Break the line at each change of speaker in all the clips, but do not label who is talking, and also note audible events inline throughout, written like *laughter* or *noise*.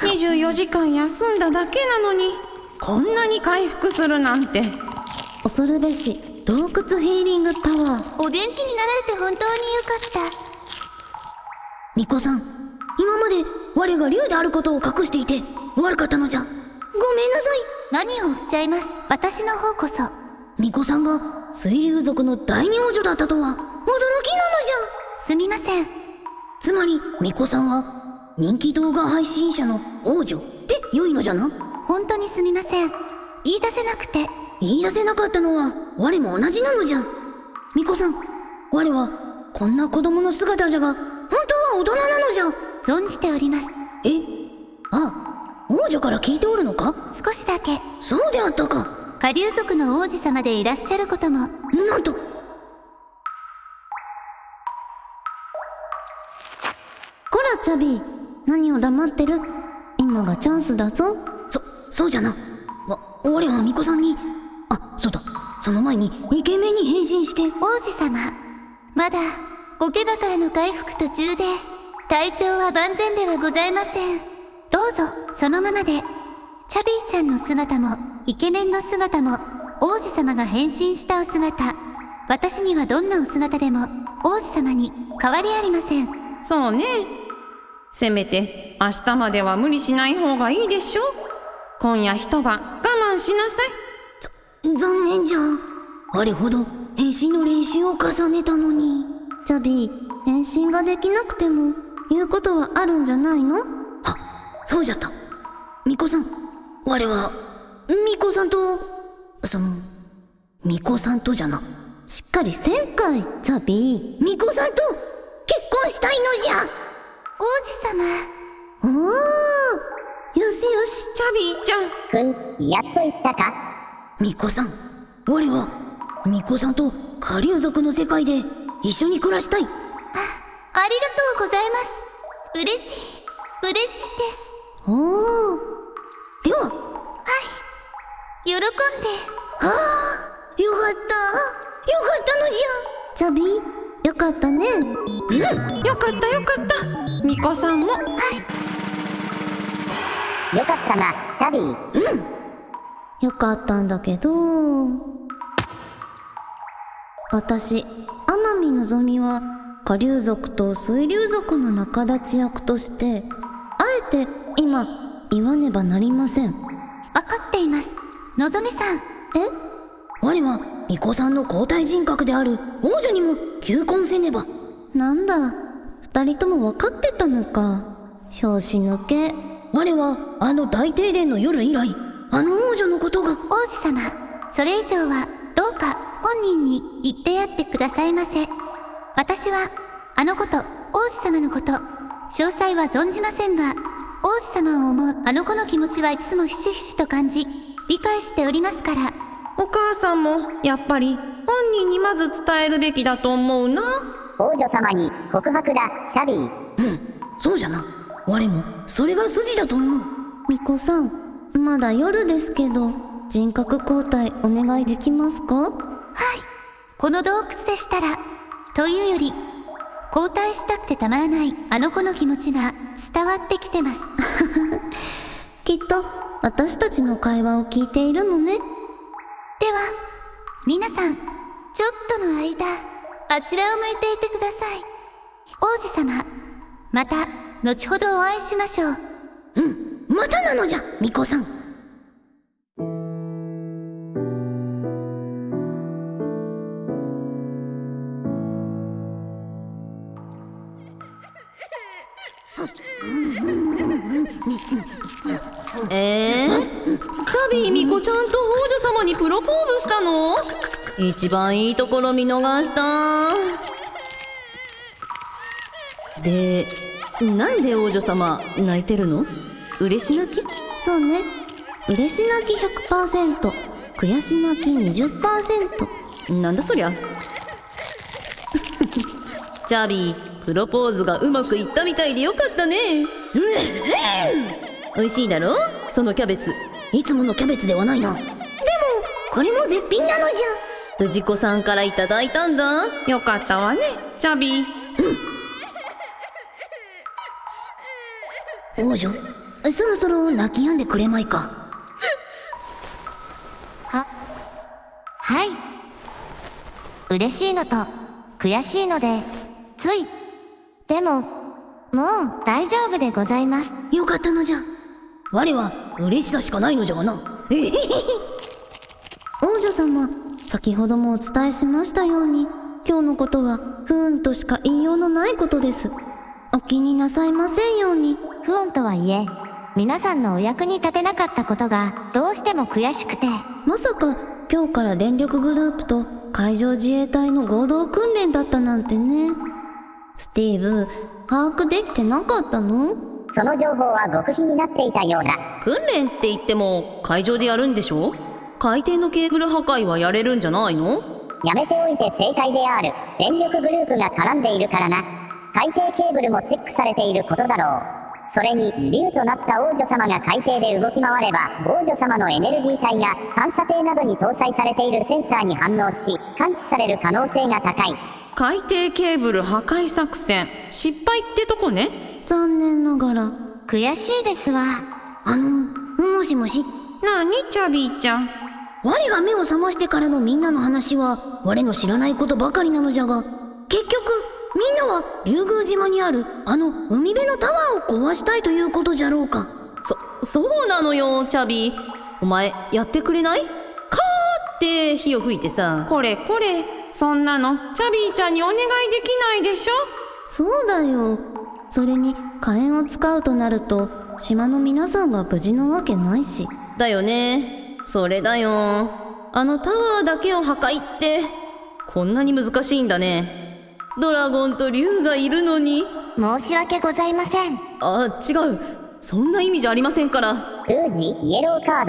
24時間休んだだけなのにこんなに回復するなんて
恐るべし洞窟ヒーリングタワー
お元気になられて本当によかった
巫女さん今まで我が竜であることを隠していて悪かったのじゃごめんなさい
何をおっしゃいます私の方こそ
巫女さんが水流族の第二王女だったとは驚きなのじゃ
すみません
つまり巫女さんは人気動画配信者の王女で良いのじゃな
本当にすみません言い出せなくて
言い出せなかったのは我も同じなのじゃ巫女さん我はこんな子供の姿じゃが本当は大人なのじゃ
存じております
えああ王女から聞いておるのか
少しだけ
そうであったか
下流族の王子様でいらっしゃることも
なんと
こらチャビー何を黙ってる今がチャンスだぞ
そそうじゃなわ我は巫女さんにあそうだその前にイケメンに変身して
王子様まだご怪我からの回復途中で体調は万全ではございませんどうぞそのままでチャビーちゃんの姿もイケメンの姿も王子様が変身したお姿私にはどんなお姿でも王子様に変わりありません
そうねせめて明日までは無理しない方がいいでしょ今夜一晩我慢しなさい
残念じゃあれほど変身の練習を重ねたのに
チャビー返信ができなくても言うことはあるんじゃないの
あそうじゃった巫女さん我は巫女さんとその巫女さんとじゃな
しっかりせんかいチャビ
巫女さんと結婚したいのじゃ
王子様
ーおーよしよし
チャビーちゃん
やっと言ったか
巫女さん我は巫女さんと下流族の世界で一緒に暮らしたい
ありがとうございます。嬉しい、嬉しいです。
おおでは
喜んで、
よかった
チャ
よかったのじゃ
ビーよかったね
よかったよかった巫女さんも
よかったな、シャビー。
よかったんだけど私天海のぞみは下流族と水流族の仲立ち役としてあえて今言わねばなりません
わかっています。のぞみさん、
え
我は巫女さんの交代人格である王女にも求婚せねば
なんだ二人とも分かってたのか拍子抜け
我はあの大停電の夜以来あの王女のことが
王子様、それ以上はどうか本人に言ってやってくださいませ。私は、あのこと、王子様のこと、詳細は存じませんが、王子様を思うあの子の気持ちはいつもひしひしと感じ、理解しておりますから、
お母さんもやっぱり本人にまず伝えるべきだと思うな
王女様に告白だ、シャビー。
そうじゃな我もそれが筋だと思う
巫女さんまだ夜ですけど人格交代お願いできますか
はい。この洞窟でしたら、というより、交代したくてたまらないあの子の気持ちが伝わってきてます。
きっと私たちの会話を聞いているのね
では、皆さん、ちょっとの間、あちらを向いていてください。王子様、また、後ほどお会いしましょう。
またなのじゃ巫女さん
ええ
チャビー巫女ちゃんと王女様にプロポーズしたの
一番いいところ見逃したでなんで王女様泣いてるの嬉し泣き
そうね嬉し泣き100%悔し泣き20%
なんだそりゃチャビープロポーズがうまくいったみたいでよかったね美味しいだろそのキャベツ
いつものキャベツではないなでもこれも絶品なのじゃ
藤子さんからいただいたんだ
よかったわねチャビー
王女そろそろ泣き止んでくれまいか
はい。嬉しいのと、悔しいので、つい。でも、もう大丈夫でございます。
よかったのじゃ我は嬉しさしかないのじゃがな *laughs*
王女様、先ほどもお伝えしましたように、今日のことは不運としか言いようのないことです。お気になさいませんように。
不運とはいえ、皆さんのお役に立てなかったことが、どうしても悔しくて。
まさか今日から電力グループと海上自衛隊の合同訓練だったなんてね。スティーブ、把握できてなかったの
その情報は極秘になっていたようだ。
訓練って言っても海上でやるんでしょ海底のケーブル破壊はやれるんじゃないの
やめておいて正解である。電力グループが絡んでいるからな。海底ケーブルもチェックされていることだろう。それに、竜となった王女様が海底で動き回れば、王女様のエネルギー体が探査艇などに搭載されているセンサーに反応し、感知される可能性が高い。
海底ケーブル破壊作戦失敗ってとこね
残念ながら。
悔しいですわ。
あのもしもし
なあにチャビーちゃん
我が目を覚ましてからのみんなの話は我の知らないことばかりなのじゃが結局みんなは竜宮島にあるあの海辺のタワーを壊したいということじゃろうか
そ、そうなのよ、チャビー。お前、やってくれないかーって火を吹いてさ。
これこれそんなのチャビーちゃんにお願いできないでしょ
そうだよ。それに火炎を使うとなると島の皆さんが無事なわけないし。
だよね。それだよ。あのタワーだけを破壊って、こんなに難しいんだね。ドラゴンと竜がいるのに。
申し訳ございません。
あ、違う。そんな意味じゃありませんから。
ルージ、イエローカー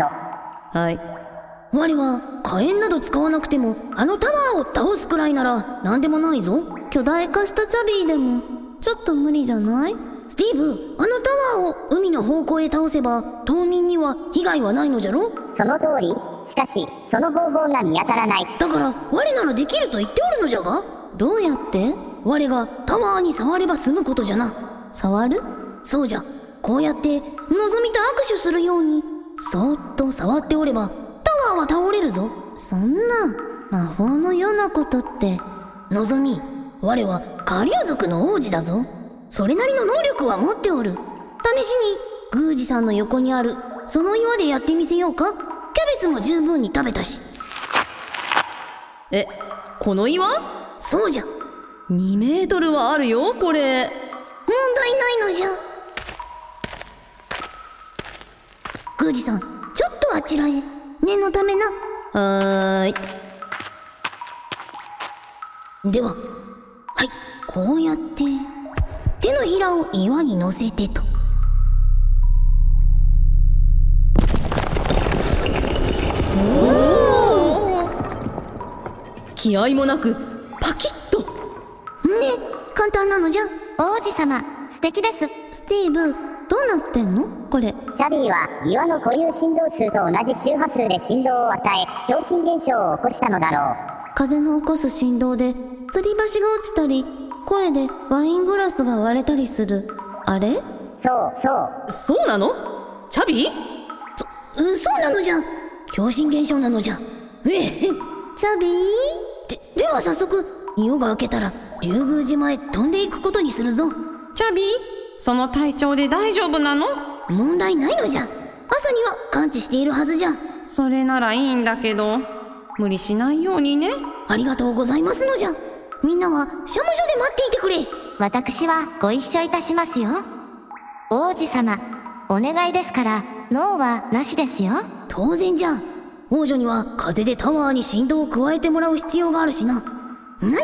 ド。
はい。
我は火炎など使わなくてもあのタワーを倒すくらいなら何でもないぞ
巨大化したチャビーでもちょっと無理じゃない
スティーブあのタワーを海の方向へ倒せば島民には被害はないのじゃろ
その通り。しかし、その方法が見当たらない。
だから我ならできると言っておるのじゃが
どうやって
我がタワーに触れば済むことじゃな
触る
そうじゃこうやって望みと握手するようにそーっと触っておればタワーは倒れるぞ
そんな魔法のようなことって
望み我は下流族の王子だぞそれなりの能力は持っておる試しに宮司さんの横にあるその岩でやってみせようかキャベツも十分に食べたし
え、この岩
そうじゃ問
?2 メートルはあるよ、これ。
題ないのじゃ宮司さんちょっとあちらへ念のためな
はーい。
でははいこうやって手のひらを岩に乗せてと
気合もなく、パキッと。
ね簡単なのじゃ
王子様、素敵です。
スティーブどうなってんのこれ
チャビーは岩の固有振動数と同じ周波数で振動を与え、共振現象を起こしたのだろう。
風の起こす振動で吊り橋が落ちたり声でワイングラスが割れたりするあれ
そうそう。
そうなのチャビー
うんそうなのじゃ共振現象なのじゃええ
チャビー
ででは早速夜が明けたら竜宮島へ飛んでいくことにするぞ
チャビーその体調で大丈夫なの
問題ないのじゃ朝には感知しているはずじゃ
それならいいんだけど無理しないようにね
ありがとうございますのじゃみんなは社務所で待っていてくれ
私はご一緒いたしますよ。王子様、お願いですから、ノーはなしですよ。
当然じゃ王女には風でタワーに振動を加えてもらう必要があるしな何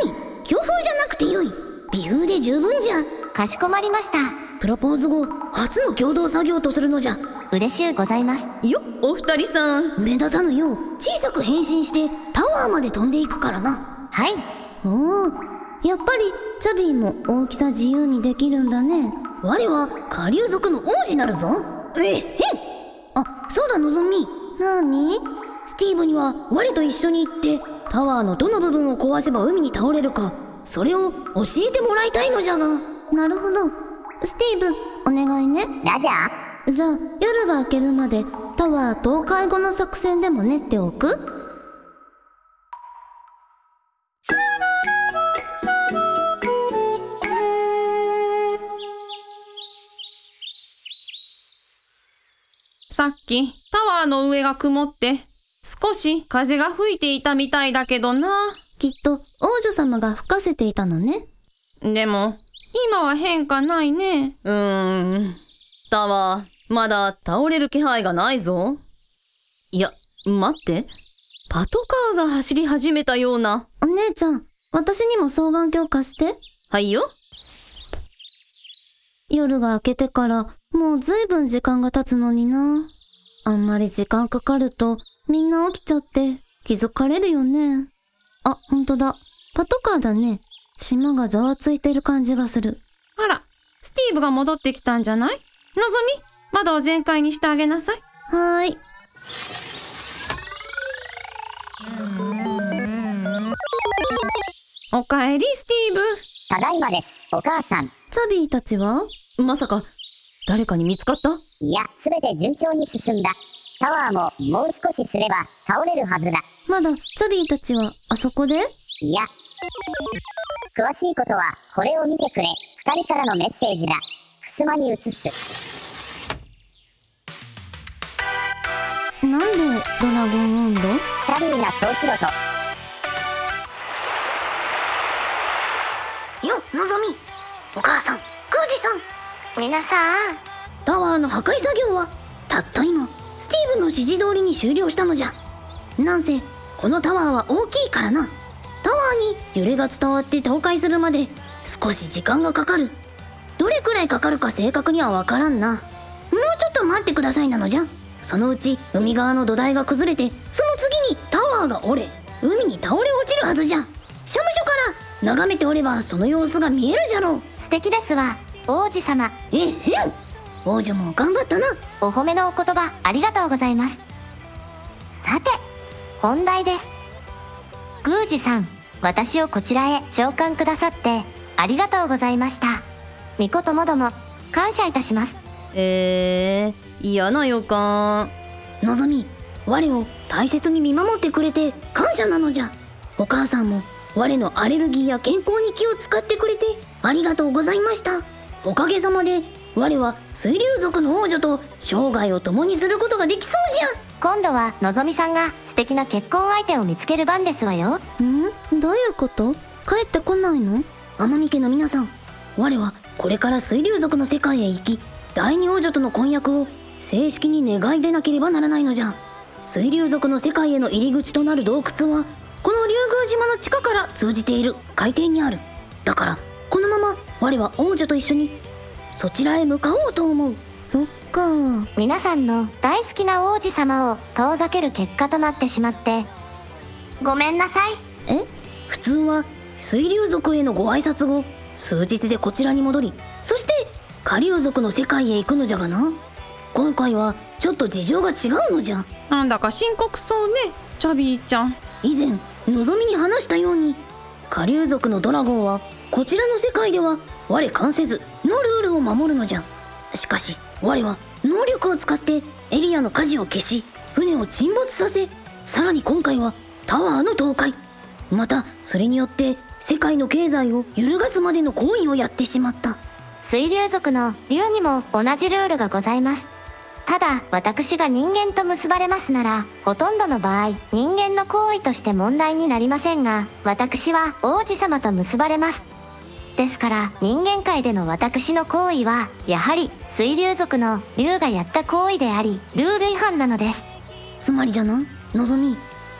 強風じゃなくてよい微風で十分じゃ
かしこまりました。
プロポーズ後初の共同作業とするのじゃ
嬉しゅうございます。
よ、お二人さん。
目立たぬよう小さく変身してタワーまで飛んでいくからな
はい。
おおやっぱりチャビーも大きさ自由にできるんだね
我は下流族の王子なるぞええへんあそうだのぞみ
なーに
スティーブには我と一緒に行ってタワーのどの部分を壊せば海に倒れるかそれを教えてもらいたいのじゃが
なるほどスティーブお願いね
ラジャー
じゃあ夜が明けるまでタワー倒壊後の作戦でも練っておく
さっきタワーの上が曇って少し風が吹いていたみたいだけどな。
きっと王女様が吹かせていたのね
でも今は変化ないね。
うーん。タワー、まだ倒れる気配がないぞ。いや、待って。パトカーが走り始めたような。
お姉ちゃん私にも双眼鏡貸して
はいよ。
夜が明けてからもうずいぶん時間が経つのになあんまり時間かかるとみんな起きちゃって気づかれるよねあほんとだパトカーだね島がざわついてる感じがする
あら、スティーブが戻ってきたんじゃないのぞみ、窓を全開にしてあげなさい。
はーい
おかえり、スティーブ。
ただいまです、お母さん。
チャビーたちは
まさか、誰かに見つかった
いや、すべて順調に進んだ。タワーももう少しすれば倒れるはずだ。
まだチャビーたちはあそこで
いや。詳しいことは、これを見てくれ。二人からのメッセージだ。襖に移す。
なんでドラゴン温度
チャビーがそうしろと。
よのぞみお母さん宮司さん
皆さん、
タワーの破壊作業はたった今スティーブの指示通りに終了したのじゃなんせこのタワーは大きいからなタワーに揺れが伝わって倒壊するまで少し時間がかかるどれくらいかかるか正確にはわからんなもうちょっと待ってくださいなのじゃそのうち海側の土台が崩れてその次にタワーが折れ海に倒れ落ちるはずじゃ社務所から眺めておればその様子が見えるじゃろう
素敵ですわ。王子様、
ええへん王女も頑張ったな
お褒めのお言葉ありがとうございます。さて、本題です。宮司さん、私をこちらへ召喚くださって、ありがとうございました。みこともども、感謝いたします。
えー、嫌な予感。
のぞみ我を大切に見守ってくれて感謝なのじゃお母さんも我のアレルギーや健康に気を使ってくれてありがとうございましたおかげさまで我は水流族の王女と生涯を共にすることができそうじゃ
今度は、のぞみさんが素敵な結婚相手を見つける番ですわよ。
んどういうこと帰ってこないの
天海家の皆さん我はこれから水流族の世界へ行き第二王女との婚約を正式に願い出なければならないのじゃ水流族の世界への入り口となる洞窟はこの竜宮島の地下から通じている海底にあるだからこのまま我は王女と一緒にそちらへ向かおうと思う
そっか
皆さんの大好きな王子様を遠ざける結果となってしまって、ごめんなさい。
え
普通は水流族へのご挨拶後数日でこちらに戻りそして下流族の世界へ行くのじゃがな今回はちょっと事情が違うのじゃ
なんだか深刻そうね、チャビーちゃん。
以前のぞみに話したように下流族のドラゴンはこちらの世界では我関せずのルールを守るのじゃしかし我は能力を使ってエリアの火事を消し船を沈没させさらに今回はタワーの倒壊またそれによって世界の経済を揺るがすまでの行為をやってしまった
水流族の竜にも同じルールがございます。ただ、私が人間と結ばれますなら、ほとんどの場合、人間の行為として問題になりませんが、私は王子様と結ばれます。ですから、人間界での私の行為は、やはり、水流族の竜がやった行為であり、ルール違反なのです。
つまりじゃなのぞみ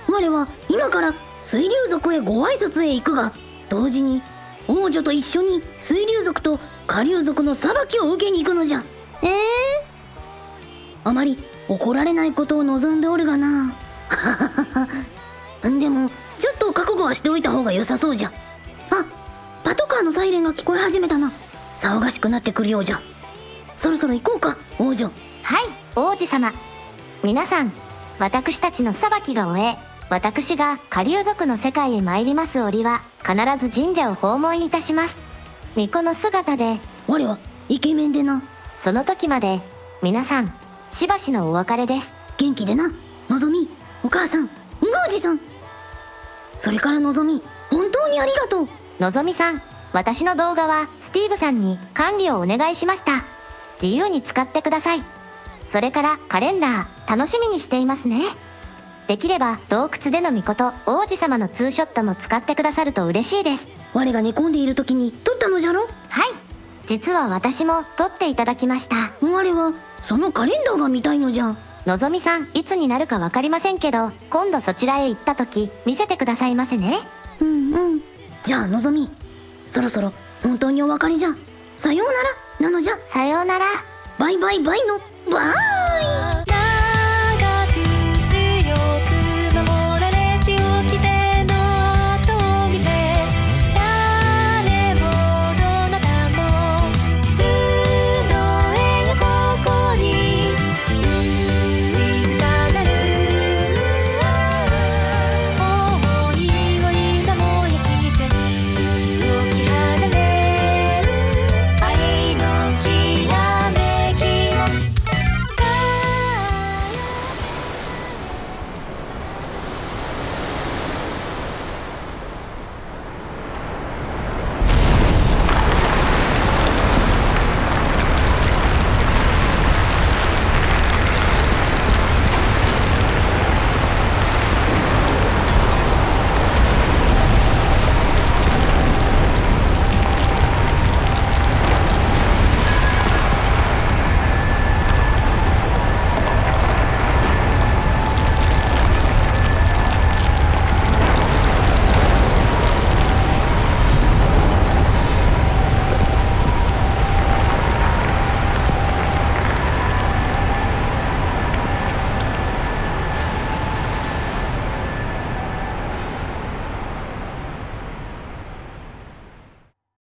我は今から水流族へご挨拶へ行くが同時に王女と一緒に水流族と下流族の裁きを受けに行くのじゃええあまり怒られないことを望んでおるがな *laughs* でもちょっと覚悟はしておいた方が良さそうじゃあパトカーのサイレンが聞こえ始めたな騒がしくなってくるようじゃそろそろ行こうか王女
はい、王子様。皆さん、私たちの裁きが終え、私が下流族の世界へ参ります折は、必ず神社を訪問いたします。巫女の姿で、
我はイケメンでな
その時まで皆さんしばしのお別れです
元気でなのぞみお母さん宮司さんそれからのぞみ本当にありがとう
のぞみさん私の動画はスティーブさんに管理をお願いしました自由に使ってくださいそれからカレンダー楽しみにしていますねできれば洞窟での巫女と王子様のツーショットも使ってくださると嬉しいです
我が寝込んでいる時に撮ったのじゃろ
はい実は私も撮っていただきました
我はそのカレンダーが見たいのじゃ
のぞみさんいつになるか分かりませんけど今度そちらへ行った時見せてくださいませね
うんうんじゃあのぞみそろそろ本当にお別れじゃさようならなのじゃ
さようなら
バイバイバイのバーイ